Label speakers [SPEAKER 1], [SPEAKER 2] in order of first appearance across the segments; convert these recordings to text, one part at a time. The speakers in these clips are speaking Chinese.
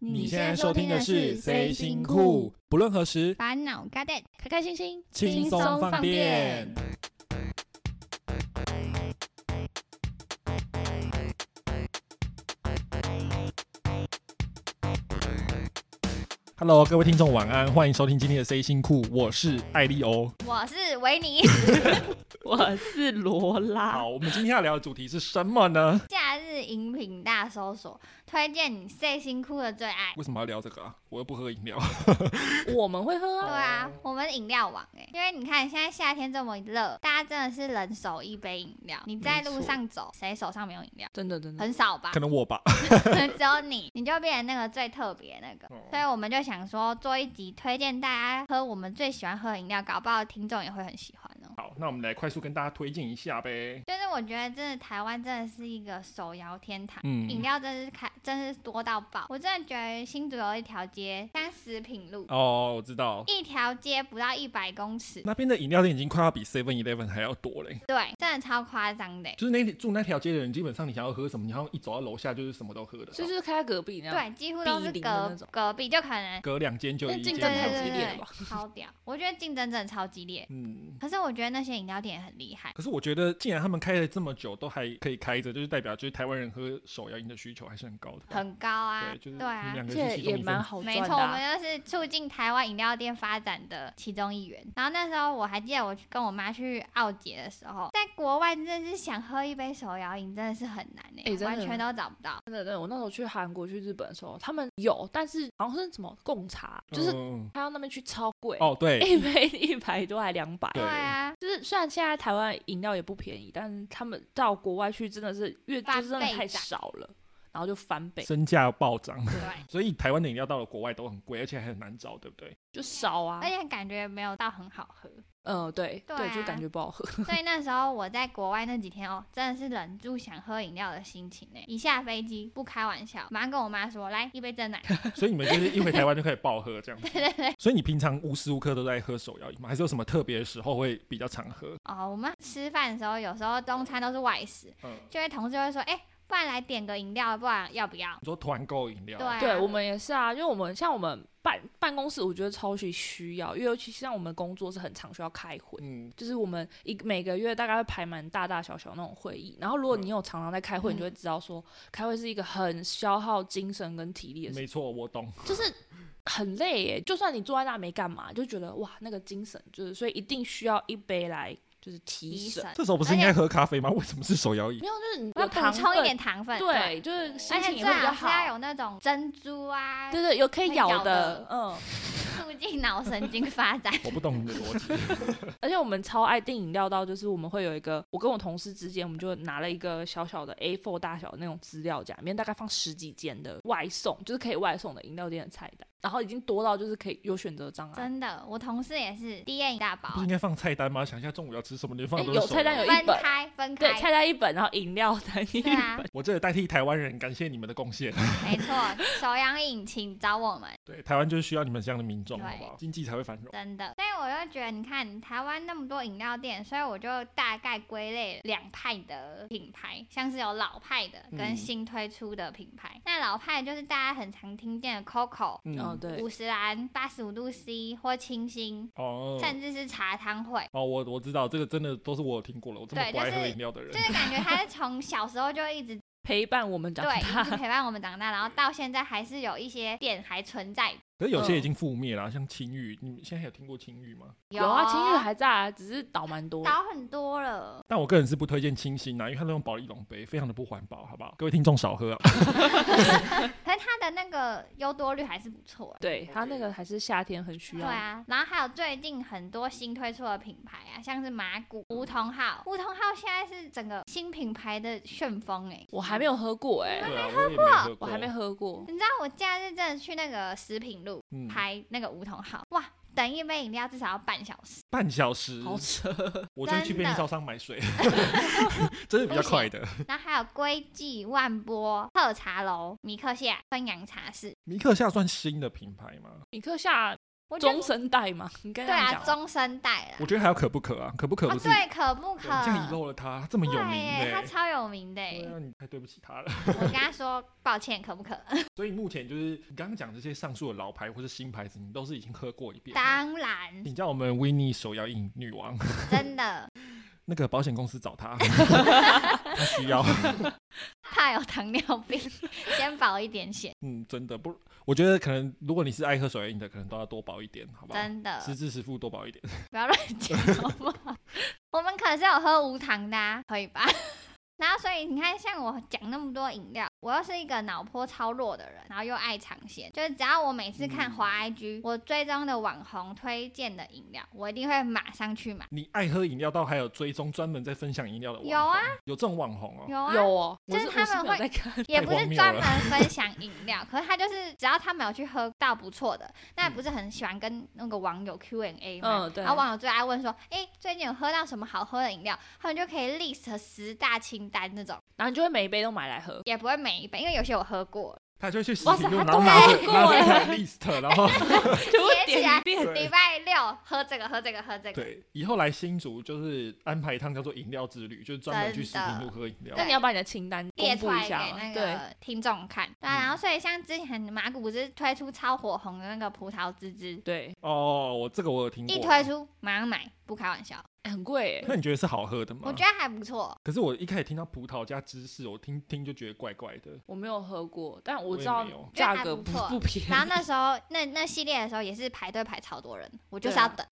[SPEAKER 1] 你现在收听的是《谁辛苦》，不论何时，
[SPEAKER 2] 把脑嘎蛋
[SPEAKER 3] 开开心心，
[SPEAKER 1] 轻松放电。Hello，各位听众，晚安，欢迎收听今天的《C 辛苦》，我是艾哦利欧。
[SPEAKER 2] 我是维 尼。
[SPEAKER 3] 我是罗拉。
[SPEAKER 1] 好，我们今天要聊的主题是什么呢？
[SPEAKER 2] 假日饮品大搜索，推荐你最辛苦的最爱。
[SPEAKER 1] 为什么要聊这个啊？我又不喝饮料。
[SPEAKER 3] 我们会喝
[SPEAKER 1] 哦
[SPEAKER 2] 对
[SPEAKER 3] 啊，
[SPEAKER 2] 啊，我们饮料王哎、因为你看现在夏天这么热，大家真的是人手一杯饮料。你在路上走，谁手上没有饮料？
[SPEAKER 3] 真的真的。
[SPEAKER 2] 很少吧
[SPEAKER 1] 可，能我吧。嗯
[SPEAKER 2] 只有你，你就变成那个最特别那个。
[SPEAKER 1] 哦
[SPEAKER 2] 所以我们就想说，做一集推荐大家喝我们最喜欢喝的饮料，搞不好听众也会很喜欢哦。
[SPEAKER 1] 好，那我们来快速跟大家推荐一下呗。
[SPEAKER 2] 就是我觉得真的台湾真的是一个手摇天堂，
[SPEAKER 1] 嗯
[SPEAKER 2] 饮料真是开真是多到爆。我真的觉得新竹有一条街，像食品路，
[SPEAKER 1] 哦，我知道，
[SPEAKER 2] 一条街不到一百公尺，
[SPEAKER 1] 那边的饮料店已经快要比 Seven Eleven 还要多嘞。
[SPEAKER 2] 对，真的超夸张的。
[SPEAKER 1] 就是那住那条街的人，基本上你想要喝什么，你好像一走到楼下就是什么都喝的。
[SPEAKER 3] 所以就是开在隔壁那样。
[SPEAKER 2] 对，几乎都是
[SPEAKER 3] 比邻的
[SPEAKER 2] 隔
[SPEAKER 3] 那种
[SPEAKER 2] 隔壁，就可能
[SPEAKER 1] 隔两间就有一间
[SPEAKER 3] 竞
[SPEAKER 2] 对
[SPEAKER 3] 争
[SPEAKER 2] 对
[SPEAKER 3] 太
[SPEAKER 2] 对
[SPEAKER 3] 激烈
[SPEAKER 2] 对
[SPEAKER 3] 了吧
[SPEAKER 2] 对超屌！我觉得竞争真的超激烈，
[SPEAKER 1] 嗯。
[SPEAKER 2] 可是我觉得那些饮料店也很厉害。
[SPEAKER 1] 可是我觉得，既然他们开了这么久，都还可以开着，就是代表就是台湾人喝手摇饮的需求还是很高的。
[SPEAKER 2] 很高啊，
[SPEAKER 1] 对，就是你们
[SPEAKER 2] 啊，
[SPEAKER 1] 两
[SPEAKER 3] 而
[SPEAKER 1] 个是
[SPEAKER 3] 且
[SPEAKER 1] 其中
[SPEAKER 3] 也
[SPEAKER 1] 一
[SPEAKER 3] 蛮
[SPEAKER 1] 份。
[SPEAKER 3] 好
[SPEAKER 2] 没
[SPEAKER 3] 赚
[SPEAKER 2] 错，
[SPEAKER 3] 的
[SPEAKER 2] 我
[SPEAKER 3] 啊。
[SPEAKER 2] 们就是促进台湾饮料店发展的其中一员。然后那时候我还记得，我去跟我妈去奥杰的时候，在国外真的是想喝一杯手摇饮，真的是很难呢、
[SPEAKER 3] 哎真的
[SPEAKER 2] 完全都找不到。
[SPEAKER 3] 真的真的，我那时候去韩国、去日本的时候，他们有，但是好像是什么贡茶，就是
[SPEAKER 1] 嗯
[SPEAKER 3] 他到那边去超贵，
[SPEAKER 1] 哦，对，
[SPEAKER 3] 一杯一百多还两百。
[SPEAKER 1] 对
[SPEAKER 2] 啊，
[SPEAKER 3] 就是虽然现在台湾饮料也不便宜，但是他们到国外去真的是越就
[SPEAKER 2] 翻
[SPEAKER 3] 是真的
[SPEAKER 2] 倍
[SPEAKER 3] 太
[SPEAKER 2] 涨
[SPEAKER 3] 少了，然后就翻倍，
[SPEAKER 1] 身价暴涨，
[SPEAKER 2] 对，
[SPEAKER 1] 所以台湾的饮料到了国外都很贵，而且还很难找，对不对？
[SPEAKER 3] 就少啊
[SPEAKER 2] 而。且感觉没有到很好 喝。
[SPEAKER 3] 嗯，对
[SPEAKER 2] 对
[SPEAKER 3] 对，就
[SPEAKER 2] 啊
[SPEAKER 3] 感觉不好喝。
[SPEAKER 2] 所以那时候我在国外那几天哦，真的是忍住想喝饮料的心情欸呢。一下飞机，不开玩笑，马上跟我妈说，来一杯真 奶。
[SPEAKER 1] 所以你们就是一回台湾就可以暴喝这样子。所以你平常无时无刻都在喝手摇饮吗？还是有什么特别的时候会比较常喝？
[SPEAKER 2] 哦，我们吃饭的时候，有时候中餐都是外食，
[SPEAKER 1] 嗯，
[SPEAKER 2] 就会同事会说，哎、不然来点个饮料，不然要不要？
[SPEAKER 1] 你说团购饮料，
[SPEAKER 2] 对啊
[SPEAKER 3] 对我们也是啊，因为我们像我们办办公室，我觉得超级需要，因为尤其像我们工作是很常需要开会，
[SPEAKER 1] 嗯，
[SPEAKER 3] 就是我们一每个月大概会排满大大小小那种会议。然后如果
[SPEAKER 2] 嗯
[SPEAKER 3] 你有常常在开会，你就会知道说，开会是一个很消耗精神跟体力的事，
[SPEAKER 1] 没错，我懂。
[SPEAKER 3] 就是很累耶。就算你坐在那没干嘛，就觉得哇，那个精神就是，所以一定需要一杯来就是提
[SPEAKER 2] 提
[SPEAKER 3] 神
[SPEAKER 2] 神，，
[SPEAKER 1] 这时候不是应该喝咖啡吗？为什么是手摇饮
[SPEAKER 3] 没？有就是你
[SPEAKER 2] 我要
[SPEAKER 3] 有糖
[SPEAKER 2] 补充一
[SPEAKER 3] 分
[SPEAKER 2] 点糖分，
[SPEAKER 3] 对，就是
[SPEAKER 2] 而
[SPEAKER 3] 心
[SPEAKER 2] 且
[SPEAKER 3] 情
[SPEAKER 2] 最
[SPEAKER 3] 也会比较
[SPEAKER 2] 好是要
[SPEAKER 3] 好。
[SPEAKER 2] 有那种珍珠 啊，
[SPEAKER 3] 对对，有可以
[SPEAKER 2] 可以
[SPEAKER 3] 咬
[SPEAKER 2] 咬
[SPEAKER 3] 的
[SPEAKER 2] 的，
[SPEAKER 3] 嗯。
[SPEAKER 2] 促进脑神经发展。
[SPEAKER 1] 我不懂你的逻辑。
[SPEAKER 3] 而且我们超爱订饮料到，就是我们会有一个，我跟我同事之间，我们就拿了一个小小的 A4 大小的那种资料夹，里面大概放十几间的外送，就是可以外送的饮料店的菜单，然后已经多到就是可以有选择障碍。
[SPEAKER 2] 真的，我同事也是第一眼大饱
[SPEAKER 1] 不是，应该放菜单吗？想一下中午要吃什么，你放的都
[SPEAKER 3] 哎有
[SPEAKER 1] 是手摇
[SPEAKER 3] 菜单有一
[SPEAKER 2] 分
[SPEAKER 3] 本
[SPEAKER 2] 开分
[SPEAKER 3] 对，
[SPEAKER 2] 开，
[SPEAKER 3] 菜单一本，然后饮料单一
[SPEAKER 2] 对
[SPEAKER 3] 本。
[SPEAKER 2] 啊，
[SPEAKER 1] 我这也代替台湾人感谢你们的贡献。
[SPEAKER 2] 没错，手摇饮请找我们，
[SPEAKER 1] 对，台湾就是需要你们这样的民众，
[SPEAKER 2] 对
[SPEAKER 1] 好不好？经济才会繁荣。
[SPEAKER 2] 真的。所以我就觉得，你看台湾那么多饮料店，所以我就大概归类两派的品牌，像是有老派的
[SPEAKER 1] 嗯
[SPEAKER 2] 跟新推出的品牌。那老派就是大家很常听见的 COCO、
[SPEAKER 1] 嗯，
[SPEAKER 3] 哦，对，
[SPEAKER 2] 五十岚、八十五度 C 或清新，
[SPEAKER 3] 嗯
[SPEAKER 1] 哦，
[SPEAKER 2] 甚至是茶汤会。
[SPEAKER 1] 哦，我我知道，这个真的都是我听过了。我这么
[SPEAKER 2] 对
[SPEAKER 1] 不爱
[SPEAKER 2] 就是
[SPEAKER 1] 喝饮料的人
[SPEAKER 2] 就，是感觉他是从小时候就一直
[SPEAKER 3] 陪伴我们长
[SPEAKER 2] 对，一
[SPEAKER 3] 大。
[SPEAKER 2] 直陪伴我们长大，然后到现在还是有一些店还存在。
[SPEAKER 1] 可是有些
[SPEAKER 3] 嗯
[SPEAKER 1] 已经覆灭了，像青玉，你们现在还有听过青玉吗？
[SPEAKER 3] 有啊，情侣还在啊，只是倒蛮多的。
[SPEAKER 2] 倒很多了，
[SPEAKER 1] 但我个人是不推荐清新啊，因为它都用保利龙杯，非常的不环保，好不好？各位听众少喝啊。
[SPEAKER 2] 可是它的那个优多率还是不错。
[SPEAKER 3] 对他那个还是夏天很需
[SPEAKER 2] 对
[SPEAKER 3] 要。
[SPEAKER 2] 啊，然后还有最近很多新推出的品牌啊，像是麻古、梧桐号，梧桐号现在是整个新品牌的旋风哎、
[SPEAKER 3] 我还没有喝过哎、
[SPEAKER 2] 嗯
[SPEAKER 1] 对啊，我也没喝
[SPEAKER 3] 我
[SPEAKER 1] 过，
[SPEAKER 3] 还没。喝过。
[SPEAKER 2] 你知道我假日真的去那个食品路
[SPEAKER 1] 嗯，
[SPEAKER 2] 拍那个梧桐号，哇，等一杯饮料至少要半小时，
[SPEAKER 1] 半小
[SPEAKER 2] 嗯
[SPEAKER 1] 时，
[SPEAKER 3] 好 扯，
[SPEAKER 1] 我就去便利超商买水，真的比较快的。
[SPEAKER 2] 然后还有龟记、万波、特茶楼、米克夏、昆阳茶室，
[SPEAKER 1] 米克夏算新的品牌吗？
[SPEAKER 3] 米克夏
[SPEAKER 2] 我觉得
[SPEAKER 3] 中生代嘛，你该
[SPEAKER 2] 对
[SPEAKER 3] 这样
[SPEAKER 2] 啊，
[SPEAKER 3] 讲哦。
[SPEAKER 2] 中生代啦
[SPEAKER 1] 我。觉得还有可不可啊？可不可
[SPEAKER 2] 哦，
[SPEAKER 1] 不是？
[SPEAKER 2] 对，可不可？
[SPEAKER 1] 对你这样遗漏了他，这么有名
[SPEAKER 2] 对耶，他
[SPEAKER 1] 哎、
[SPEAKER 2] 超有名的
[SPEAKER 1] 对
[SPEAKER 2] 耶。
[SPEAKER 1] 啊，你太对不起他了。
[SPEAKER 2] 我跟他说抱歉，可不可？
[SPEAKER 1] 所以目前就是你刚刚讲这些上述的老牌或是新牌子，你都是已经喝过一遍了。
[SPEAKER 2] 当然，
[SPEAKER 1] 你叫我们维尼手摇饮女王，
[SPEAKER 2] 真的，
[SPEAKER 1] 那个保险公司找她，她需要。
[SPEAKER 2] 怕有糖尿病，先保一点险，
[SPEAKER 1] 嗯，真的不，我觉得可能如果你是爱喝手摇饮的，可能都要多保一点，好不好？
[SPEAKER 2] 真的，
[SPEAKER 1] 实支实付多保一点。
[SPEAKER 2] 不要乱讲好不好？ 我们可是有喝无糖的、啊，可以吧？ 然后所以你看，像我讲那么多饮料，我又是一个脑波超弱的人，然后又爱尝鲜，就是只要我每次看华 IG，、我追踪的网红推荐的饮料，我一定会马上去买。
[SPEAKER 1] 你爱喝饮料到还有追踪专门在分享饮料的网红，
[SPEAKER 2] 有啊，
[SPEAKER 1] 有这种网红哦。
[SPEAKER 2] 有啊，
[SPEAKER 3] 有哦，我
[SPEAKER 2] 就是是他
[SPEAKER 3] 我是
[SPEAKER 2] 们
[SPEAKER 3] 没有
[SPEAKER 2] 会
[SPEAKER 3] 在看，
[SPEAKER 2] 也不
[SPEAKER 1] 太
[SPEAKER 2] 是
[SPEAKER 1] 荒谬
[SPEAKER 2] 专
[SPEAKER 1] 了
[SPEAKER 2] 门分享饮料，可是他就是只要他们有去喝到不错的，那也不是很喜欢跟那个网友 Q&A 嘛。
[SPEAKER 3] 嗯嗯对
[SPEAKER 2] 然后网友最爱问说：“哎、最近有喝到什么好喝的饮料？”他们就可以 list 十大清单那种，
[SPEAKER 3] 然后你就会每一杯都买来 喝。
[SPEAKER 2] 也不会每一杯，因为有些我喝过。
[SPEAKER 1] 他就去实
[SPEAKER 3] 哇
[SPEAKER 1] 体
[SPEAKER 3] 塞
[SPEAKER 1] 店，
[SPEAKER 3] 他
[SPEAKER 1] 然后
[SPEAKER 3] 都
[SPEAKER 1] 拿
[SPEAKER 3] 喝
[SPEAKER 1] 着
[SPEAKER 3] 过
[SPEAKER 1] 拿着
[SPEAKER 3] 欸
[SPEAKER 1] 一台 list，然后
[SPEAKER 3] 就会
[SPEAKER 2] 写起
[SPEAKER 3] 点
[SPEAKER 2] 来
[SPEAKER 3] 一遍。
[SPEAKER 1] 对
[SPEAKER 2] 礼拜六喝这个，喝这个，喝这个。
[SPEAKER 1] 对，以后来新竹就是安排一趟叫做饮料之旅，就是专门去实
[SPEAKER 2] 真
[SPEAKER 1] 体
[SPEAKER 2] 的
[SPEAKER 1] 路喝饮料
[SPEAKER 3] 那。你要把你的清单
[SPEAKER 2] 列
[SPEAKER 3] 公
[SPEAKER 2] 出
[SPEAKER 3] 布一
[SPEAKER 2] 来给
[SPEAKER 3] 下嘛？
[SPEAKER 2] 那
[SPEAKER 3] 对，嗯
[SPEAKER 2] 个听众看，对、啊，然后所以像之前马古不是推出超火红的那个葡萄汁汁，
[SPEAKER 3] 对，
[SPEAKER 1] 哦，我这个我有听过。啊
[SPEAKER 2] 一推出马上买，不开玩笑，
[SPEAKER 3] 哎很贵耶。
[SPEAKER 1] 那你觉得是好喝的吗？
[SPEAKER 2] 我觉得还不错。
[SPEAKER 1] 可是我一开始听到葡萄加芝士，我听听就觉得怪怪 的。
[SPEAKER 3] 我没有喝过，但
[SPEAKER 1] 我
[SPEAKER 3] 我
[SPEAKER 1] 也
[SPEAKER 3] 知道
[SPEAKER 1] 没有
[SPEAKER 3] 价格
[SPEAKER 2] 这还不
[SPEAKER 3] 不便
[SPEAKER 2] 然后
[SPEAKER 3] 宜，
[SPEAKER 2] 那时候那那系列的时候也是排队排超多人，我
[SPEAKER 1] 啊
[SPEAKER 2] 就是要等。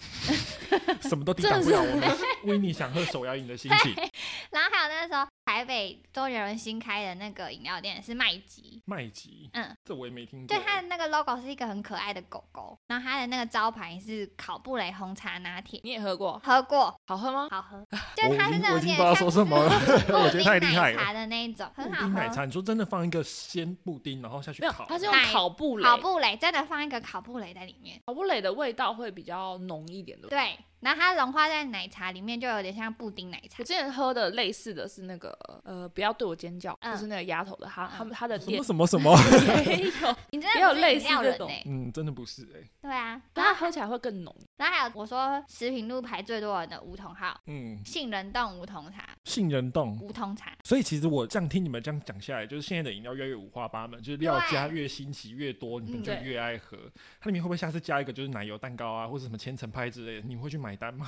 [SPEAKER 1] 什么都抵挡不了我们维尼想喝手摇饮的心情。
[SPEAKER 2] 然后还有那时候台北周杰伦新开的那个饮料店是麦吉。
[SPEAKER 1] 麦吉，
[SPEAKER 2] 嗯，
[SPEAKER 1] 这我也没听过。
[SPEAKER 2] 对，它的那个 logo 是一个很可爱的狗狗，然后它的那个招牌是烤布雷红茶拿铁，
[SPEAKER 3] 你也喝过，
[SPEAKER 2] 喝过，
[SPEAKER 3] 好喝吗？
[SPEAKER 2] 好喝，
[SPEAKER 1] 我
[SPEAKER 2] 就它是
[SPEAKER 1] 已经
[SPEAKER 2] 那
[SPEAKER 1] 我
[SPEAKER 2] 种
[SPEAKER 1] 已
[SPEAKER 2] 有点
[SPEAKER 1] 经不知道
[SPEAKER 2] 像
[SPEAKER 1] 说什么了，我觉
[SPEAKER 2] 布
[SPEAKER 1] 得
[SPEAKER 2] 丁
[SPEAKER 1] 太厉
[SPEAKER 2] 奶
[SPEAKER 1] 害了。
[SPEAKER 2] 茶的那一种，
[SPEAKER 1] 布
[SPEAKER 2] 很好
[SPEAKER 1] 丁奶
[SPEAKER 2] 喝。
[SPEAKER 1] 茶，你说真的放一个鲜布丁，然后下去
[SPEAKER 3] 没有
[SPEAKER 1] 烤，，
[SPEAKER 3] 它是用
[SPEAKER 2] 奶
[SPEAKER 3] 烤布蕾，
[SPEAKER 2] 烤布雷真的放一个烤布雷在里面，
[SPEAKER 3] 烤布蕾的味道会比较浓一点的。
[SPEAKER 2] 对，然后它融化在奶茶里面，就有点像布丁奶茶
[SPEAKER 3] 我。之前喝的类似的是那个呃，不要对我尖叫，
[SPEAKER 2] 嗯
[SPEAKER 3] 就是那个丫头的，他他们他的
[SPEAKER 1] 什
[SPEAKER 3] 店
[SPEAKER 1] 么什么什么，
[SPEAKER 3] 也有，
[SPEAKER 2] 你真的
[SPEAKER 3] 也有
[SPEAKER 2] 不是
[SPEAKER 3] 类
[SPEAKER 2] 饮
[SPEAKER 3] 似
[SPEAKER 2] 料
[SPEAKER 3] 这
[SPEAKER 2] 人
[SPEAKER 3] 种
[SPEAKER 2] 欸
[SPEAKER 1] 嗯，真的不是哎，
[SPEAKER 2] 对啊，
[SPEAKER 3] 但
[SPEAKER 2] 然后
[SPEAKER 3] 它喝起来会更浓。
[SPEAKER 2] 然后还有我说食品路排最多人的梧桐号、
[SPEAKER 1] 嗯，
[SPEAKER 2] 杏仁冻梧桐茶、
[SPEAKER 1] 杏仁冻。
[SPEAKER 2] 梧桐茶，
[SPEAKER 1] 所以其实我这样听你们这样讲下来，就是现在的饮料越来越五花八门，就是料
[SPEAKER 2] 对
[SPEAKER 1] 加越新奇越多，你们
[SPEAKER 2] 嗯
[SPEAKER 1] 就
[SPEAKER 3] 对
[SPEAKER 1] 越爱喝。它里面会不会下次加一个就是奶油蛋糕啊，或者什么千层派之类的？你们会去买单吗？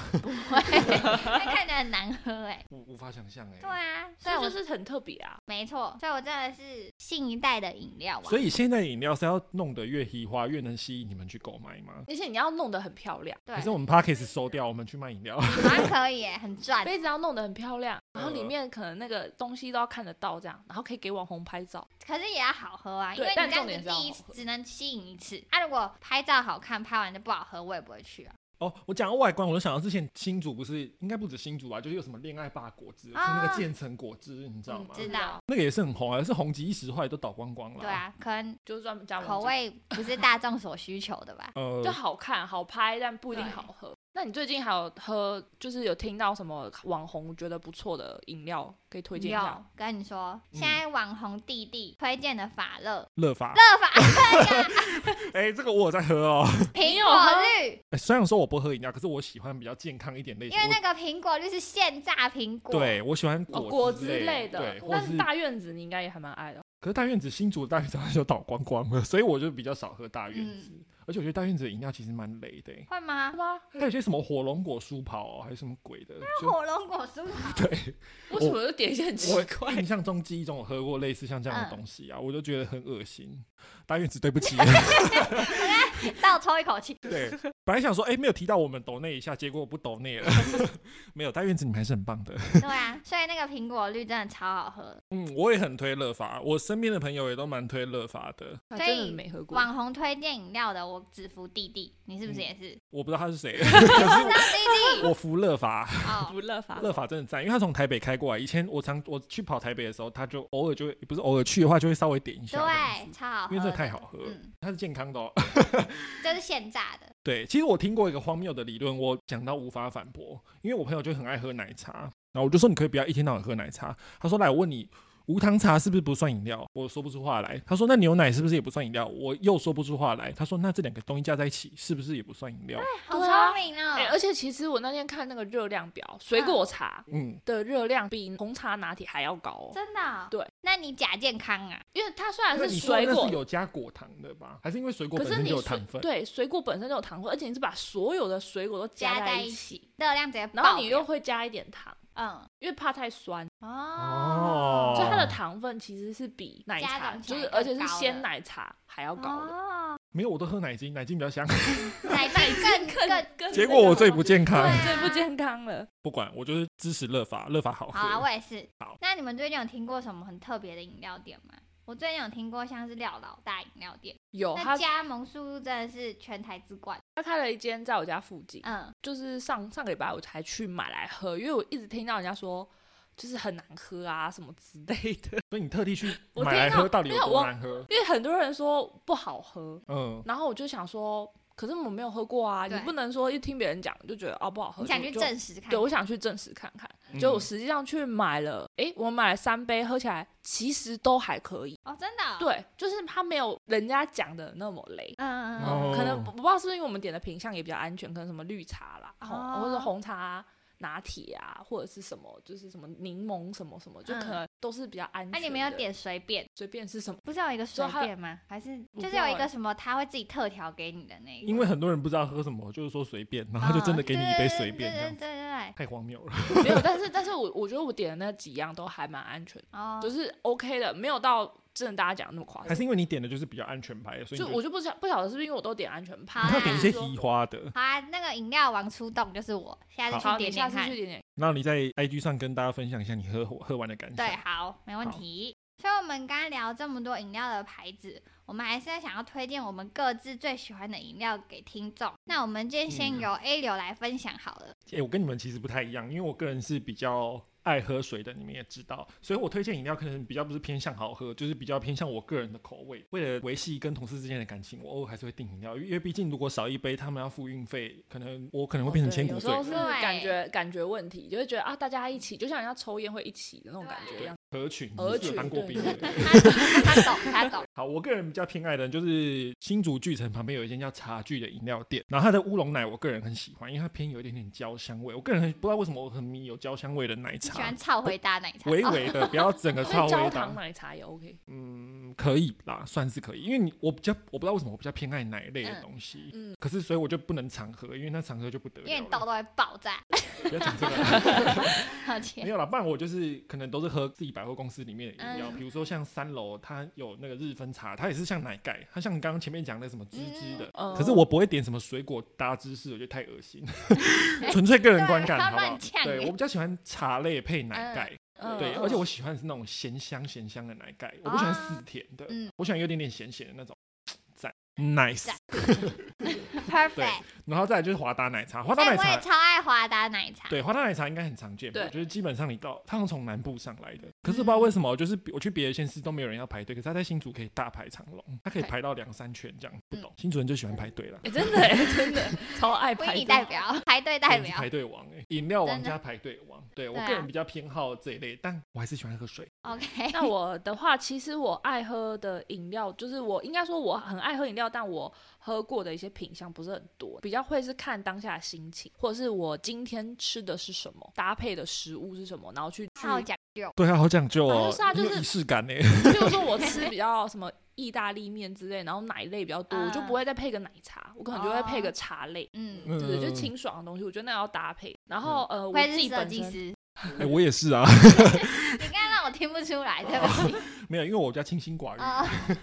[SPEAKER 2] 它看起来很难喝哎、
[SPEAKER 1] 我无法想象哎。
[SPEAKER 2] 对啊，所
[SPEAKER 3] 所
[SPEAKER 2] 以
[SPEAKER 3] 以
[SPEAKER 2] 我
[SPEAKER 3] 就是很特别啊，
[SPEAKER 2] 没错，所以我真的是新一代的饮料王
[SPEAKER 1] 所。以现在的饮料是要弄得越稀花，越能吸引你们去购买吗？
[SPEAKER 3] 而且你要弄得很漂亮，
[SPEAKER 2] 对，
[SPEAKER 1] 还是我们 Parkes 收掉，我们去卖饮料？
[SPEAKER 2] 好像可以、欸，很赚。
[SPEAKER 3] 杯子要弄得很漂亮，然后里
[SPEAKER 1] 嗯
[SPEAKER 3] 面可能那个东西都要看得到，这样，然后可以给网红拍照。
[SPEAKER 2] 可是也要好喝啊，因
[SPEAKER 3] 对
[SPEAKER 2] 为你
[SPEAKER 3] 但
[SPEAKER 2] 这样
[SPEAKER 3] 重
[SPEAKER 2] 子
[SPEAKER 3] 点是要
[SPEAKER 2] 第一
[SPEAKER 3] 好喝
[SPEAKER 2] 只能吸引一次。啊，如果拍照好看，拍完就不好喝，我也不会去啊。
[SPEAKER 1] 哦，我讲到外观，我就想到之前新竹不是应该不止新竹吧，就是有什么恋爱霸果汁，是那
[SPEAKER 2] 啊
[SPEAKER 1] 个渐层果汁，你知道吗？
[SPEAKER 2] 知道，
[SPEAKER 1] 那个也是很红啊，是红极一时，后来都倒光光了。？
[SPEAKER 2] 对，啊，可能
[SPEAKER 3] 就是专门加
[SPEAKER 2] 口味不是大众所需求的吧
[SPEAKER 1] 呃
[SPEAKER 3] 就，好看好拍，但不一定
[SPEAKER 2] 对
[SPEAKER 3] 好喝。那你最近还有喝，就是有听到什么网红觉得不错的饮料可以 推荐一下嗯
[SPEAKER 2] 有？跟你说，现在网红弟弟推荐的法乐，
[SPEAKER 1] 乐法，
[SPEAKER 2] 乐法 乐呀，
[SPEAKER 1] 哎、这个我有在喝哦、
[SPEAKER 2] 苹
[SPEAKER 3] 有喝
[SPEAKER 2] 果绿，
[SPEAKER 1] 哎虽然说我不喝饮料，可是我喜欢比较健康一点类
[SPEAKER 2] 因
[SPEAKER 1] 型。
[SPEAKER 2] 为
[SPEAKER 1] 我
[SPEAKER 2] 那个苹果绿是现榨苹果，，
[SPEAKER 1] 对我喜欢
[SPEAKER 3] 哦，
[SPEAKER 1] 果
[SPEAKER 3] 果
[SPEAKER 1] 汁
[SPEAKER 3] 汁类
[SPEAKER 1] 对，
[SPEAKER 3] 的，
[SPEAKER 1] 或者
[SPEAKER 3] 但
[SPEAKER 1] 是
[SPEAKER 3] 大院子你应该也还蛮爱的。
[SPEAKER 1] 可是大院子新竹的大院子好像就倒光光了，所以我就比较少喝大院子。而且我觉得大院子的饮料其实蛮雷的、欸，
[SPEAKER 2] 会吗
[SPEAKER 3] 是？吗？
[SPEAKER 1] 它有些什么火龙果酥跑、哦，还是什么鬼的，就
[SPEAKER 2] 火龙果蔬菜，
[SPEAKER 3] 为什么就点一些很奇怪？
[SPEAKER 1] 印象中记忆中我喝过类似像这样的
[SPEAKER 2] 嗯
[SPEAKER 1] 东西啊，我就觉得很恶心。大院子，对不起。
[SPEAKER 2] 倒抽一口 气。
[SPEAKER 1] 对，本来想说，哎、没有提到我们抖内一下，结果我不抖内了。 没有，大院子你们还是很棒的。
[SPEAKER 2] 对啊，所以那个苹果绿真的超好喝。
[SPEAKER 1] 嗯，我也很推乐法，我身边的朋友也都蛮推乐法的。
[SPEAKER 3] 啊
[SPEAKER 2] 所
[SPEAKER 3] 真
[SPEAKER 2] 以
[SPEAKER 3] 的没喝过。
[SPEAKER 2] 网红推荐饮料的，我只服弟弟，你是
[SPEAKER 3] 嗯
[SPEAKER 2] 不是也是？
[SPEAKER 1] 我不知道他是谁， 可
[SPEAKER 2] 弟
[SPEAKER 1] 是我服乐法，
[SPEAKER 2] 弟哦，
[SPEAKER 3] 不乐法
[SPEAKER 1] 乐法真的赞，因为他从台北开过来。以前我常我去跑台北的时候，他就偶尔就会，不是偶尔去的话，就会稍微点一下这样
[SPEAKER 2] 对，
[SPEAKER 1] 子，
[SPEAKER 2] 超好喝，
[SPEAKER 1] 因为这个太好喝了。
[SPEAKER 2] 嗯，
[SPEAKER 1] 它是健康的、哦。
[SPEAKER 2] 这是现榨的，
[SPEAKER 1] 对，其实我听过一个荒谬的理论，我讲到无法反驳，因为我朋友就很爱喝奶茶，然后我就说你可以不要一天到晚喝奶茶。他说来，我问你，无糖茶是不是不算饮料？我说不出话来。他说那牛奶是不是也不算饮料？我又说不出话来。他说那这两个东西加在一起是不是也不算饮料？
[SPEAKER 2] 好
[SPEAKER 3] 对啊
[SPEAKER 2] 聪明
[SPEAKER 3] 哎、
[SPEAKER 2] 哦！
[SPEAKER 3] 而且其实我那天看那个热量表，水果茶
[SPEAKER 1] 嗯，
[SPEAKER 3] 的热量比红茶拿铁还要高哦。
[SPEAKER 2] 真的哦、
[SPEAKER 3] 对，
[SPEAKER 2] 那你假健康啊？
[SPEAKER 3] 因为它虽然
[SPEAKER 1] 因为
[SPEAKER 3] 是
[SPEAKER 1] 你说
[SPEAKER 3] 水
[SPEAKER 1] 那
[SPEAKER 3] 果
[SPEAKER 1] 是，有加果糖的吧？还是因为水果
[SPEAKER 3] 可
[SPEAKER 1] 本
[SPEAKER 3] 是
[SPEAKER 1] 身
[SPEAKER 3] 你
[SPEAKER 1] 就有
[SPEAKER 3] 水
[SPEAKER 1] 糖分？
[SPEAKER 3] 对水果本身就有糖分，而且你是把所有的水果都
[SPEAKER 2] 加
[SPEAKER 3] 在
[SPEAKER 2] 在
[SPEAKER 3] 一
[SPEAKER 2] 一，起，热量直接爆
[SPEAKER 3] 然
[SPEAKER 2] 表。
[SPEAKER 3] 后你又会加一点糖，
[SPEAKER 2] 嗯
[SPEAKER 3] 因为怕太酸，
[SPEAKER 2] 哦，
[SPEAKER 3] 所以它的
[SPEAKER 1] 哦
[SPEAKER 3] 糖分其实是比奶
[SPEAKER 2] 加
[SPEAKER 3] 茶，
[SPEAKER 2] 总起
[SPEAKER 3] 就
[SPEAKER 2] 来
[SPEAKER 3] 是
[SPEAKER 2] 更
[SPEAKER 3] 而且是
[SPEAKER 2] 高
[SPEAKER 3] 鲜
[SPEAKER 2] 了
[SPEAKER 3] 奶茶还要高的。
[SPEAKER 2] 哦，
[SPEAKER 1] 没有，我都喝奶精，奶精比较香。
[SPEAKER 3] 啊
[SPEAKER 2] 奶精更更
[SPEAKER 3] 更更
[SPEAKER 1] 结果我最不健
[SPEAKER 2] 对
[SPEAKER 1] 康。
[SPEAKER 2] 啊
[SPEAKER 3] 最不健康了。
[SPEAKER 1] 不管，我就是支持乐法，乐法好喝。
[SPEAKER 2] 好啊，我也是
[SPEAKER 1] 哦好。
[SPEAKER 2] 那你们最近有听过什么很特别的饮料店吗？我最近有听过像是廖老大饮料店，
[SPEAKER 1] 哦
[SPEAKER 3] 有
[SPEAKER 2] 那
[SPEAKER 3] 他，
[SPEAKER 2] 加盟速度真的是全台之冠。
[SPEAKER 3] 他开了一间在我家附近，
[SPEAKER 2] 嗯，
[SPEAKER 3] 就是上上个礼拜我才去买来喝，因为我一直听到人家说就是很难喝啊什么之类的，
[SPEAKER 1] 所以你特地去
[SPEAKER 3] 我
[SPEAKER 1] 买
[SPEAKER 3] 听
[SPEAKER 1] 来
[SPEAKER 3] 到
[SPEAKER 1] 喝，到底有
[SPEAKER 3] 没有
[SPEAKER 1] 多
[SPEAKER 3] 我
[SPEAKER 1] 难喝？
[SPEAKER 3] 因为很多人说不好喝，
[SPEAKER 1] 嗯，
[SPEAKER 3] 然后我就想说，可是我没有喝过啊，你
[SPEAKER 2] 对
[SPEAKER 3] 不能说一听别人讲就觉得哦不好喝，
[SPEAKER 2] 你想
[SPEAKER 3] 就
[SPEAKER 2] 去
[SPEAKER 3] 就
[SPEAKER 2] 证实看
[SPEAKER 3] 对，
[SPEAKER 2] 看？
[SPEAKER 3] 我想去证实看看，就我
[SPEAKER 1] 嗯
[SPEAKER 3] 实际上去买了，诶，我买了三杯，喝起来其实都还可以，
[SPEAKER 2] 哦，真的哦？
[SPEAKER 3] 对，就是它没有人家讲的那么雷。
[SPEAKER 2] 嗯，嗯嗯，
[SPEAKER 1] 哦
[SPEAKER 3] 嗯，可能我不知道是不是因为我们点的品相也比较安全，可能什么绿茶啦，红、
[SPEAKER 2] 哦
[SPEAKER 3] 或者是红茶拿铁啊，或者是什么就是什么柠檬什么什么，就
[SPEAKER 2] 嗯
[SPEAKER 3] 可能都是比较安全。
[SPEAKER 2] 啊那你们有？点随便？
[SPEAKER 3] 随便是什么？
[SPEAKER 2] 不是有一个随
[SPEAKER 3] 就它
[SPEAKER 2] 便吗？还是就
[SPEAKER 3] 我不
[SPEAKER 2] 是
[SPEAKER 3] 知
[SPEAKER 2] 有
[SPEAKER 3] 道
[SPEAKER 2] 一个
[SPEAKER 3] 欸
[SPEAKER 2] 什么他会自己特调给你的那一个？
[SPEAKER 1] 因为很多人不知道喝什么，就是说随便，然后就真
[SPEAKER 3] 啊
[SPEAKER 1] 的给你一杯随便，这
[SPEAKER 2] 哦对对
[SPEAKER 1] 样
[SPEAKER 2] 对对对
[SPEAKER 1] 太荒谬了。
[SPEAKER 3] 没有，但是但是我我觉得我点的那几样都还蛮安全的，
[SPEAKER 2] 对，哦，
[SPEAKER 3] 就是 OK 的，没有到真的大家讲的那么夸
[SPEAKER 1] 还
[SPEAKER 3] 张。
[SPEAKER 1] 是因为你点的就是比较安全牌的，所以
[SPEAKER 3] 就
[SPEAKER 1] 你
[SPEAKER 3] 我就不晓不晓得是不是因为我都点安全牌，
[SPEAKER 2] 好
[SPEAKER 1] 你要点一些
[SPEAKER 3] 还是说
[SPEAKER 1] 移花的。
[SPEAKER 2] 好啊，那个饮料王出动就是我，下次
[SPEAKER 1] 好
[SPEAKER 2] 去
[SPEAKER 3] 好，你
[SPEAKER 2] 点
[SPEAKER 3] 下
[SPEAKER 2] 点
[SPEAKER 3] 次
[SPEAKER 2] 看
[SPEAKER 3] 去。点点。
[SPEAKER 1] 然后你在 IG 上跟大家分享一下你喝喝完的感想。
[SPEAKER 2] 对，好，没问题。所以我们刚刚聊这么多饮料的牌子，我们还是想要推荐我们各自最喜欢的饮料给听众。那我们今天先
[SPEAKER 1] 嗯
[SPEAKER 2] 由 A 流来分享好了。
[SPEAKER 1] 哎、我跟你们其实不太一样，因为我个人是比较爱喝水的，你们也知道，所以我推荐饮料可能比较不是偏向好喝，就是比较偏向我个人的口味。为了维系跟同事之间的感情，我偶尔还是会订饮料，因为毕竟如果少一杯，他们要付运费，可能我可能会变成千古
[SPEAKER 3] 哦有时
[SPEAKER 1] 罪。
[SPEAKER 3] 候是
[SPEAKER 2] 对
[SPEAKER 3] 感觉感觉问题，就会觉得啊，大家一起，就像人家抽烟会一起的那种感觉一样。
[SPEAKER 1] 合群，
[SPEAKER 3] 合
[SPEAKER 1] 你是有
[SPEAKER 3] 群
[SPEAKER 1] 当过
[SPEAKER 3] 对
[SPEAKER 1] 兵的。
[SPEAKER 2] 他懂，他懂，他懂。
[SPEAKER 1] 好，我个人比较偏爱的就是新竹巨城旁边有一间叫茶具的饮料店，然后它的乌龙奶我个人很喜欢，因为它偏有一点点焦香味。我个人很不知道为什么我很迷有焦香味的奶
[SPEAKER 2] 喜
[SPEAKER 1] 茶
[SPEAKER 2] 欢，超回答奶茶。哦
[SPEAKER 1] 微微的，不要整 个超
[SPEAKER 3] 所以
[SPEAKER 1] 微
[SPEAKER 3] 焦糖
[SPEAKER 1] 糖。
[SPEAKER 3] 奶茶也 OK。
[SPEAKER 1] 嗯，可以啦，算是可以，因为你我比较我不知道为什么我比较偏爱奶类的
[SPEAKER 2] 嗯
[SPEAKER 1] 东西，
[SPEAKER 3] 嗯
[SPEAKER 1] 可是所以我就不能常喝，因为那常喝就不得
[SPEAKER 2] 因为
[SPEAKER 1] 了
[SPEAKER 2] 你痘
[SPEAKER 1] 了。
[SPEAKER 2] 痘会爆炸，
[SPEAKER 1] 不要讲这个啦，
[SPEAKER 2] 抱
[SPEAKER 1] 没
[SPEAKER 2] 歉。
[SPEAKER 1] 有啦，不然我就是可能都是喝自己百货公司里面的饮料，
[SPEAKER 2] 嗯
[SPEAKER 1] 比如说像三楼它有那个日分茶，它也是像奶盖，它像你刚刚前面讲那什么芝芝的，
[SPEAKER 3] 嗯
[SPEAKER 1] 可是我不会点什么水果搭芝士，我觉得太恶 心，纯粹个人观感，
[SPEAKER 2] 哎对
[SPEAKER 1] 好不
[SPEAKER 2] 乱
[SPEAKER 1] 好？
[SPEAKER 2] 呛欸
[SPEAKER 1] 对我比较喜欢茶类配奶盖，
[SPEAKER 3] 嗯
[SPEAKER 1] 对，
[SPEAKER 3] 嗯
[SPEAKER 1] 而且我喜欢是那种咸香咸香的奶盖，我不喜欢死甜的，
[SPEAKER 2] 嗯
[SPEAKER 1] 我喜欢有点点咸咸的那种，赞，nice
[SPEAKER 2] 赞。Perfect。
[SPEAKER 1] 然后再来就是华达奶茶，华达
[SPEAKER 2] 哎，
[SPEAKER 1] 奶
[SPEAKER 2] 我也
[SPEAKER 1] 茶，
[SPEAKER 2] 超爱华达奶茶。
[SPEAKER 1] 对，华达奶茶应该很常见吧？
[SPEAKER 3] 对
[SPEAKER 1] 就是基本上你到，它好像从南部上来的，可是不知道为什么，就是比我去别的县市都没有人要排队，可是它在新竹可以大排长龙，它可以
[SPEAKER 2] 对
[SPEAKER 1] 排到两三圈这样，不
[SPEAKER 2] 哎嗯
[SPEAKER 1] 懂，新竹人就喜欢排队啦。
[SPEAKER 3] 哎、真的、欸，真的，超爱
[SPEAKER 2] 为
[SPEAKER 3] 排
[SPEAKER 2] 你
[SPEAKER 3] 队。
[SPEAKER 2] 代表，排队代
[SPEAKER 1] 真的是
[SPEAKER 2] 表。
[SPEAKER 1] 排队王哎、饮料王
[SPEAKER 2] 真的
[SPEAKER 1] 加排队王，对我
[SPEAKER 2] 对啊
[SPEAKER 1] 个人比较偏好这一类，但我还是喜欢喝水。
[SPEAKER 2] OK。
[SPEAKER 3] 那我的话，其实我爱喝的饮料，就是我应该说我很爱喝饮料，但我喝过的一些品相不是很多，比较会是看当下的心情，或者是我今天吃的是什么，搭配的食物是什么，然后去 去，
[SPEAKER 2] 好讲究，
[SPEAKER 1] 对啊，好讲究
[SPEAKER 3] 啊
[SPEAKER 1] 哦，
[SPEAKER 3] 就是啊
[SPEAKER 1] 很有
[SPEAKER 3] 就是
[SPEAKER 1] 仪式感哎、
[SPEAKER 3] 譬如说我吃比较什么意大利面之类，然后奶类比较多，
[SPEAKER 2] 嗯哦
[SPEAKER 3] 我就不会再配个奶茶，我可能就会配个茶类。
[SPEAKER 2] 嗯，
[SPEAKER 1] 嗯，
[SPEAKER 3] 对对，就是清爽的东西，我觉得那要搭配。然后呃，我
[SPEAKER 2] 会
[SPEAKER 3] 自
[SPEAKER 2] 是
[SPEAKER 3] 己
[SPEAKER 2] 设
[SPEAKER 3] 本
[SPEAKER 2] 计
[SPEAKER 3] 身
[SPEAKER 2] 师。
[SPEAKER 1] 哎、我也是啊，
[SPEAKER 2] 你刚刚让我听不出来，对不起。
[SPEAKER 1] 没有，因为我家清心寡
[SPEAKER 3] 啊
[SPEAKER 1] 欲。
[SPEAKER 2] 哦，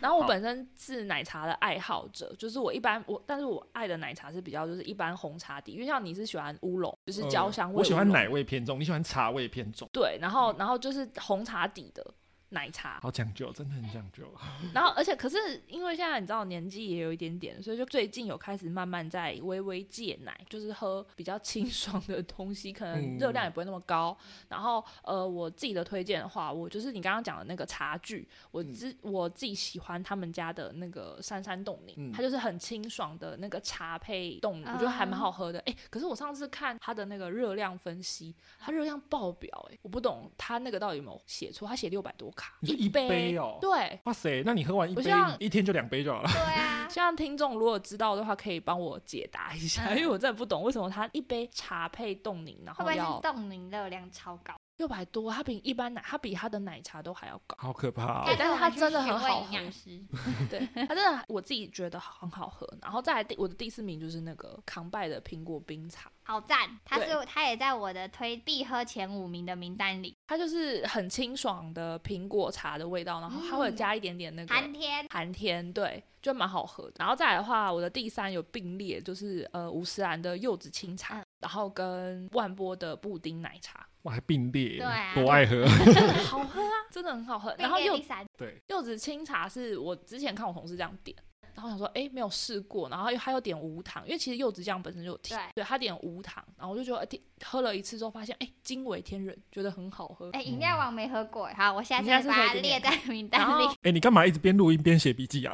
[SPEAKER 3] 然后我
[SPEAKER 1] 好
[SPEAKER 3] 本身是奶茶的爱好者，就是我一般我，但是我爱的奶茶是比较就是一般红茶底，因为像你是喜欢乌龙，
[SPEAKER 1] 呃嗯
[SPEAKER 3] 就是焦香味、
[SPEAKER 1] 我喜欢奶。味偏重，你喜欢茶味偏重。
[SPEAKER 3] 对，然后然后就是红茶底的，奶茶。
[SPEAKER 1] 好讲究，真的很讲究啊。
[SPEAKER 3] 然后，而且可是因为现在你知道年纪也有一点点，所以就最近有开始慢慢在微微戒奶，就是喝比较清爽的东西，可
[SPEAKER 1] 嗯
[SPEAKER 3] 能热量也不会那么高。然后，呃，我自己的推荐的话，我就是你刚刚讲的那个茶具，我自、
[SPEAKER 1] 嗯
[SPEAKER 3] 我自己喜欢他们家的那个山山冻柠，
[SPEAKER 1] 嗯
[SPEAKER 3] 它就是很清爽的那个茶配冻柠，我觉得还蛮好喝的。哎、可是我上次看它的那个热量分析，它热量爆表、哎，我不懂它那个到底有没有写错，它写六百多卡，
[SPEAKER 1] 你说一杯哦
[SPEAKER 3] 对。
[SPEAKER 1] 哇塞，那你喝完一
[SPEAKER 3] 我
[SPEAKER 1] 杯
[SPEAKER 3] 像，
[SPEAKER 1] 一天就两杯就好了。
[SPEAKER 2] 对 啊，
[SPEAKER 3] 希望听众如果知道的话，可以帮我解答一下，
[SPEAKER 2] 嗯
[SPEAKER 3] 因为我真的不懂为什么它一杯茶配冻柠，然
[SPEAKER 2] 会不
[SPEAKER 3] 后
[SPEAKER 2] 会
[SPEAKER 3] 要哦
[SPEAKER 2] 是冻龄热量超高？
[SPEAKER 3] 六百多，它比一般奶，它比它的奶茶都还要 高。
[SPEAKER 1] 好可怕、
[SPEAKER 3] 对
[SPEAKER 1] 哦！
[SPEAKER 3] 但是它真的很好喝
[SPEAKER 2] 我们去询问营养师，
[SPEAKER 3] 对，它真的我自己觉得很好喝。然后再来第我的第四名就是那个康拜的苹果冰茶，
[SPEAKER 2] 好赞！它是
[SPEAKER 3] 对
[SPEAKER 2] 它也在我的推必喝前五名的名单里，
[SPEAKER 3] 它就是很清爽的苹果茶的味道，然后它会有加一点点那个
[SPEAKER 2] 寒天
[SPEAKER 3] 寒天，对，就蛮好喝的。然后再来的话，我的第三有并列，就是呃五十兰的柚子清茶，
[SPEAKER 2] 嗯
[SPEAKER 3] 然后跟万波的布丁奶茶，
[SPEAKER 1] 哇，还并列，
[SPEAKER 2] 对啊
[SPEAKER 1] 多爱喝。
[SPEAKER 3] 好喝啊， 真的很好喝。
[SPEAKER 2] 并
[SPEAKER 3] 然后
[SPEAKER 2] 列
[SPEAKER 3] 柚
[SPEAKER 2] 第三，
[SPEAKER 1] 对，
[SPEAKER 3] 柚子清茶是我之前看我同事这样点，然后想说哎没有试过，然后又还有点无糖，因为其实柚子酱本身就有甜，对他点无糖，然后我就觉得哎天喝了一次之后发现哎惊为天人，觉得很好喝。
[SPEAKER 2] 哎，饮料王没喝过，好，我下次
[SPEAKER 3] 你下次
[SPEAKER 2] 把它
[SPEAKER 3] 可以点
[SPEAKER 2] 列在名
[SPEAKER 3] 然
[SPEAKER 2] 单
[SPEAKER 3] 后
[SPEAKER 2] 里。
[SPEAKER 1] 哎、你干嘛一直边录音边写笔记啊？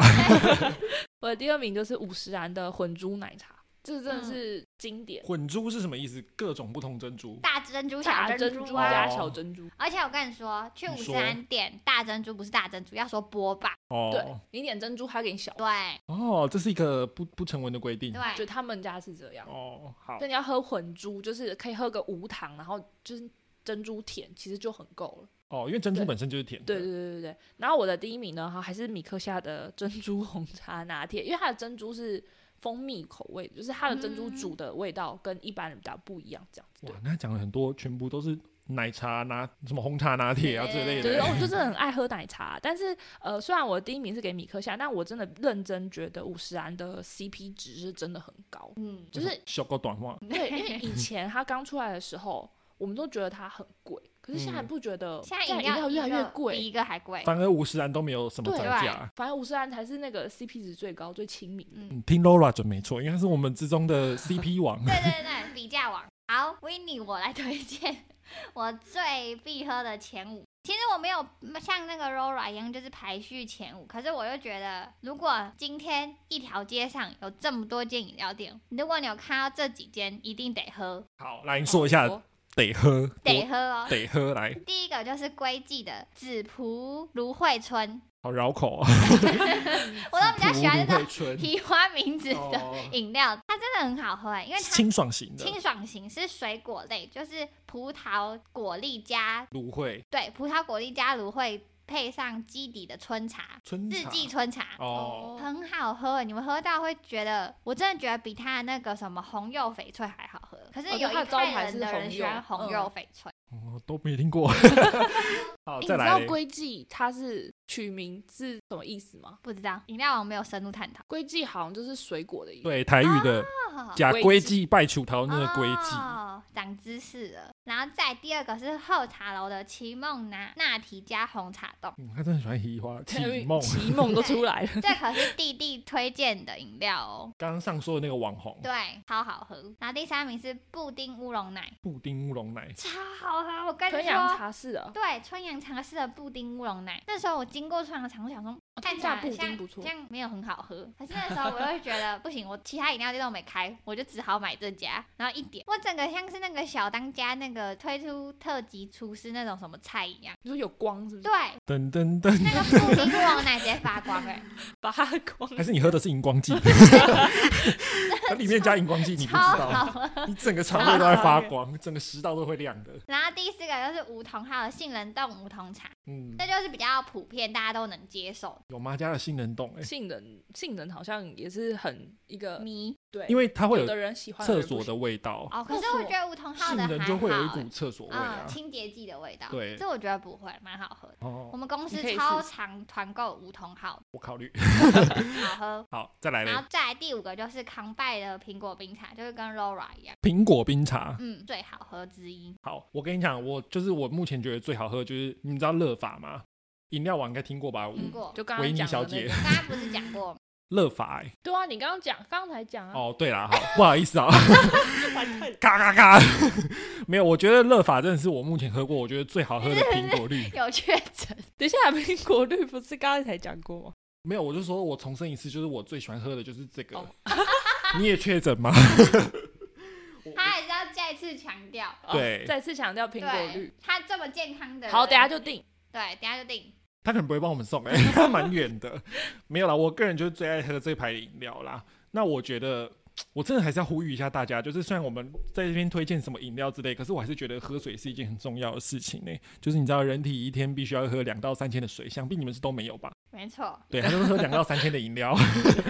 [SPEAKER 3] 我的第二名就是五十兰的混珠奶茶，这真的是经典，
[SPEAKER 1] 混珠是什么意思？各种不同珍珠。
[SPEAKER 2] 大珍珠、
[SPEAKER 3] 大
[SPEAKER 2] 嗯小珍
[SPEAKER 3] 珠
[SPEAKER 2] 珠啊！
[SPEAKER 3] 加小珍珠。
[SPEAKER 2] 而且我跟你说，去
[SPEAKER 1] 你
[SPEAKER 2] 五
[SPEAKER 1] 说
[SPEAKER 2] 十兰点大珍珠不是大珍珠，要说波霸。
[SPEAKER 3] 对
[SPEAKER 1] 哦，
[SPEAKER 3] 你点珍珠，他给你小，
[SPEAKER 2] 对
[SPEAKER 1] 哦，这是一个不不成文的规定。
[SPEAKER 3] 嗯就
[SPEAKER 2] 对，
[SPEAKER 3] 他们家是这样。
[SPEAKER 1] 哦，好
[SPEAKER 3] 所以，你要喝混珠，就是可以喝个无糖，然后就是珍珠甜，其实就很够了。
[SPEAKER 1] 哦，因为珍珠
[SPEAKER 3] 对
[SPEAKER 1] 本身就是甜的。
[SPEAKER 3] 对对对对对。然后我的第一名呢，哈还是米克夏的珍珠红茶拿铁，因为它的珍珠是蜂蜜口味，就是它的珍珠
[SPEAKER 2] 嗯
[SPEAKER 3] 煮的味道跟一般人比较不一样，这样子。对
[SPEAKER 1] 哇，那讲了很多，全部都是奶茶拿什么红茶拿铁啊之类
[SPEAKER 3] 对，哦
[SPEAKER 1] 的。
[SPEAKER 3] 我就真的很爱喝奶茶，但是呃，虽然我的第一名是给米克夏，但我真的认真觉得五十兰的 CP 值是真的很高。
[SPEAKER 2] 嗯，
[SPEAKER 3] 就是
[SPEAKER 1] 小狗短袜，
[SPEAKER 3] 对，因 为以前它刚出来的时候，我们都觉得它很贵，可是现在
[SPEAKER 1] 嗯
[SPEAKER 3] 不觉得，
[SPEAKER 2] 现在
[SPEAKER 3] 饮
[SPEAKER 2] 饮料
[SPEAKER 3] 越来
[SPEAKER 2] 一
[SPEAKER 3] 越
[SPEAKER 2] 个比
[SPEAKER 3] 贵。
[SPEAKER 2] 一个还贵。
[SPEAKER 1] 反而五十兰都没有什么
[SPEAKER 3] 对
[SPEAKER 1] 涨
[SPEAKER 2] 对
[SPEAKER 1] 价。啊
[SPEAKER 3] 反正五十兰才是那个 CP 值最高、最亲民的。
[SPEAKER 1] 嗯，听 Laura 准没错，因为他是我们之中 的 CP 王。
[SPEAKER 2] 对对对，比价网。好 w i n n i 我来推荐我最必喝的前五。其实我没有像那个 Rora 一样，就是排序前五。可是我就觉得，如果今天一条街上有这么多间饮料店，如果你有看到这几间，一定得喝，
[SPEAKER 1] 好，来你说一下
[SPEAKER 3] 哦
[SPEAKER 1] 得喝，
[SPEAKER 2] 得
[SPEAKER 1] 我
[SPEAKER 2] 喝哦。
[SPEAKER 1] 得喝，来，
[SPEAKER 2] 第一个就是归记的紫葡芦荟春，
[SPEAKER 1] 好绕口啊。
[SPEAKER 2] 我都比较喜欢
[SPEAKER 1] 芦
[SPEAKER 2] 那
[SPEAKER 1] 荟
[SPEAKER 2] 种
[SPEAKER 1] 春，
[SPEAKER 2] 提花名字的
[SPEAKER 1] 哦，
[SPEAKER 2] 饮料，它真的很好喝哎、因为它
[SPEAKER 1] 清爽型的
[SPEAKER 2] 清爽型是水果类，就是葡萄果粒加
[SPEAKER 1] 芦荟
[SPEAKER 2] 对葡萄果粒加芦荟，配上基底的春茶，
[SPEAKER 1] 春
[SPEAKER 2] 日
[SPEAKER 1] 茶
[SPEAKER 2] 记春茶。
[SPEAKER 1] 哦，
[SPEAKER 2] 很好喝欸，你们喝到会觉得，我真的觉得比它的那个什么红柚翡翠还好喝。可是
[SPEAKER 3] 哦
[SPEAKER 2] 有
[SPEAKER 3] 对它
[SPEAKER 2] 一
[SPEAKER 3] 的招
[SPEAKER 2] 派
[SPEAKER 3] 牌
[SPEAKER 2] 人
[SPEAKER 3] 是
[SPEAKER 2] 的人
[SPEAKER 3] 红
[SPEAKER 2] 喜
[SPEAKER 3] 柚
[SPEAKER 2] 欢红
[SPEAKER 3] 嗯
[SPEAKER 2] 柚翡翠，
[SPEAKER 1] 我哦都没 听过。好，
[SPEAKER 2] 哎
[SPEAKER 3] 诶
[SPEAKER 1] 哦再
[SPEAKER 3] 你知
[SPEAKER 1] 来
[SPEAKER 3] 道
[SPEAKER 1] 嘞。
[SPEAKER 3] 龟记它是取名是什么意思吗？
[SPEAKER 2] 不知道饮料王没有深入探讨。
[SPEAKER 3] 龟记好像就是水果的意思。
[SPEAKER 1] 对台语的
[SPEAKER 2] 哦
[SPEAKER 1] 假
[SPEAKER 3] 龟
[SPEAKER 1] 龟
[SPEAKER 3] 记。
[SPEAKER 1] 记拜求桃那个龟记，，
[SPEAKER 2] 哦，长知识了。然后再第二个是后茶楼的奇梦拿纳提加红茶冻
[SPEAKER 1] 嗯，他真的很 喜欢移花绮梦
[SPEAKER 3] 奇梦都出来了。
[SPEAKER 2] 这可是弟弟推荐的饮料哦。
[SPEAKER 1] 刚刚上说的那个网红
[SPEAKER 2] 对，超好喝。然后第三名是布丁乌龙奶，
[SPEAKER 1] 布丁乌龙 奶，
[SPEAKER 2] 超好喝。我跟
[SPEAKER 3] 豚
[SPEAKER 2] 你
[SPEAKER 3] 羊
[SPEAKER 2] 说，
[SPEAKER 3] 茶室啊，
[SPEAKER 2] 对，春阳茶室的布丁乌龙奶，那时候我经过春阳茶，我想说
[SPEAKER 3] 哦
[SPEAKER 2] 看
[SPEAKER 3] 看
[SPEAKER 2] 起
[SPEAKER 3] 起来
[SPEAKER 2] 来
[SPEAKER 3] 布
[SPEAKER 2] 像
[SPEAKER 3] 丁不错。
[SPEAKER 2] 像没有很好喝。可是那时候我就觉得不行，我其他饮料店都没开，我就只好买这家。然后一点，我整个像是那个小当家那个推出特级厨师那种什么菜一样。
[SPEAKER 3] 你说有光是不是
[SPEAKER 2] 对？，
[SPEAKER 1] 噔噔噔，
[SPEAKER 2] 那个布丁乌龙奶直接发光哎、
[SPEAKER 3] 发光
[SPEAKER 1] 还是你喝的是 荧光剂？它里面加荧光剂，你不知
[SPEAKER 2] 超好
[SPEAKER 1] 道，
[SPEAKER 2] 喝。
[SPEAKER 1] 你整个肠胃都在发光，整个食道都会亮的。
[SPEAKER 2] 然后第四个就是梧桐号的杏仁冻梧桐茶，
[SPEAKER 1] 嗯，
[SPEAKER 2] 这就是比较普遍，大家都能接受。
[SPEAKER 1] 有妈家的杏仁冻，哎，
[SPEAKER 3] 杏仁杏仁好像也是很一个
[SPEAKER 2] 迷
[SPEAKER 3] 对，
[SPEAKER 1] 因
[SPEAKER 3] 为
[SPEAKER 1] 为它会
[SPEAKER 3] 有的
[SPEAKER 1] 有
[SPEAKER 3] 人喜欢有
[SPEAKER 1] 厕
[SPEAKER 3] 人不
[SPEAKER 1] 所
[SPEAKER 3] 喜
[SPEAKER 1] 的味道，
[SPEAKER 2] 哦，可是我觉得梧桐号
[SPEAKER 1] 杏
[SPEAKER 2] 的
[SPEAKER 1] 仁
[SPEAKER 2] 还
[SPEAKER 1] 就会有一
[SPEAKER 2] 好欸
[SPEAKER 1] 股厕所味
[SPEAKER 2] 啊、
[SPEAKER 1] 啊
[SPEAKER 2] 嗯，。清洁剂的味道。
[SPEAKER 1] 对
[SPEAKER 2] 这我觉得不会，蛮好喝的。我
[SPEAKER 1] 哦，
[SPEAKER 2] 们公司
[SPEAKER 3] 你可以试
[SPEAKER 2] 超常团购梧桐号，
[SPEAKER 1] 我考虑。
[SPEAKER 2] 好喝。
[SPEAKER 1] 好，再来嘞
[SPEAKER 2] 然，后再来第五个就是康拜的苹果冰茶，就是跟 Laura 一样，
[SPEAKER 1] 苹果冰茶。
[SPEAKER 2] 嗯，最好喝之一。
[SPEAKER 1] 好，我跟你讲，我就是我目前觉得最好喝的就是你们知道乐法吗？饮料网应该听过吧？
[SPEAKER 2] 听过
[SPEAKER 3] 就刚
[SPEAKER 1] 维
[SPEAKER 3] 刚
[SPEAKER 1] 尼
[SPEAKER 3] 讲的
[SPEAKER 1] 小
[SPEAKER 3] 那
[SPEAKER 1] 姐
[SPEAKER 3] 个，
[SPEAKER 2] 刚刚不是讲过吗？
[SPEAKER 1] 乐法、欸。
[SPEAKER 3] 对啊，你刚刚讲，刚才讲啊，
[SPEAKER 1] 哦，对啦，好， 不好意思啊，
[SPEAKER 3] 完蛋了
[SPEAKER 1] 嘎嘎嘎， 没有，我觉得乐法真的是我目前喝过我觉得最好喝的苹果 绿。
[SPEAKER 2] 有确诊，
[SPEAKER 3] 等一下，苹果绿不是刚才讲过吗？
[SPEAKER 1] 没有，我就说我重申一次，就是我最喜欢喝的就是这个
[SPEAKER 3] 哦。
[SPEAKER 1] 你也确诊 吗？我
[SPEAKER 2] 他还是要再次强调，
[SPEAKER 3] 哦
[SPEAKER 1] 对
[SPEAKER 3] 再次强调苹果
[SPEAKER 2] 对
[SPEAKER 3] 绿。，
[SPEAKER 2] 他这么健康的人，
[SPEAKER 3] 好，等一下就定。
[SPEAKER 2] 对，等一下就定。
[SPEAKER 1] 他可能不会帮我们 送、欸，他蛮远的。没有啦，我个人就是最爱喝这排饮料啦。那我觉得，我真的还是要呼吁一下大家，就是虽然我们在这边推荐什么饮料之类，可是我还是觉得喝水是一件很重要的事情呢、就是你知道，人体一天必须要喝两到三千的水，想必你们是都没有吧？
[SPEAKER 2] 没错，
[SPEAKER 1] 对，他都是喝两到三千的饮料。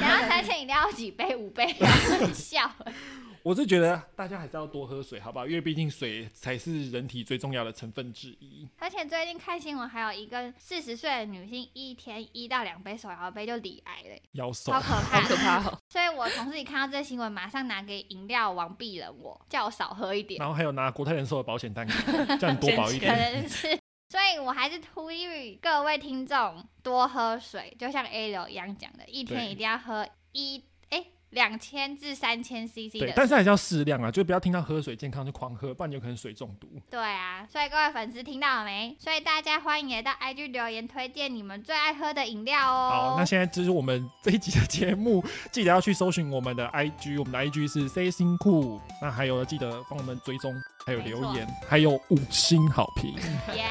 [SPEAKER 2] 然后三千饮料几杯五杯，笑。
[SPEAKER 1] 我是觉得大家还是要多喝水，好不好？因为毕竟水才是人体最重要的成分之一。
[SPEAKER 2] 而且最近看新闻，还有一个四十岁的女性一天一到两杯手摇杯就罹癌了，
[SPEAKER 1] 要瘦啊
[SPEAKER 2] 超可
[SPEAKER 3] 好
[SPEAKER 2] 怕
[SPEAKER 3] 可
[SPEAKER 2] 的。
[SPEAKER 3] 怕哦！
[SPEAKER 2] 所以我同事一看到这新闻，马上拿给饮料王鄙人我，叫我少喝一点，
[SPEAKER 1] 然后还有拿国泰人寿的保险单给我，叫你多保一
[SPEAKER 2] 可
[SPEAKER 1] 点。
[SPEAKER 2] 能是。所以我还是呼吁各位听众多喝水，就像 A 流一样讲的，一天
[SPEAKER 1] 对
[SPEAKER 2] 一定要喝一哎两千至三千 CC
[SPEAKER 1] 对
[SPEAKER 2] 的，
[SPEAKER 1] 但是还是要适量啊，就不要听到喝水健康就狂喝，不然有可能水中毒。
[SPEAKER 2] 对啊，所以各位粉丝听到了没？所以大家欢迎也到 IG 留言推荐你们最爱喝的饮料哦。
[SPEAKER 1] 好，那现在这是我们这一集的节目，记得要去搜寻我们的 IG，我们的 IG 是 C 辛酷，那还有记得帮我们追踪，还有留言，还有五星好评。
[SPEAKER 2] 耶、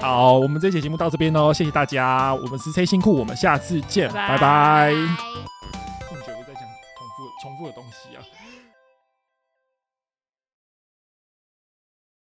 [SPEAKER 1] 好，我们这期节目到这边哦，谢谢大家，我们是 C 辛酷，我们下次见，
[SPEAKER 3] 拜
[SPEAKER 1] 拜拜
[SPEAKER 3] 拜
[SPEAKER 2] 拜。
[SPEAKER 1] 这么久我在讲重复重复的东西啊。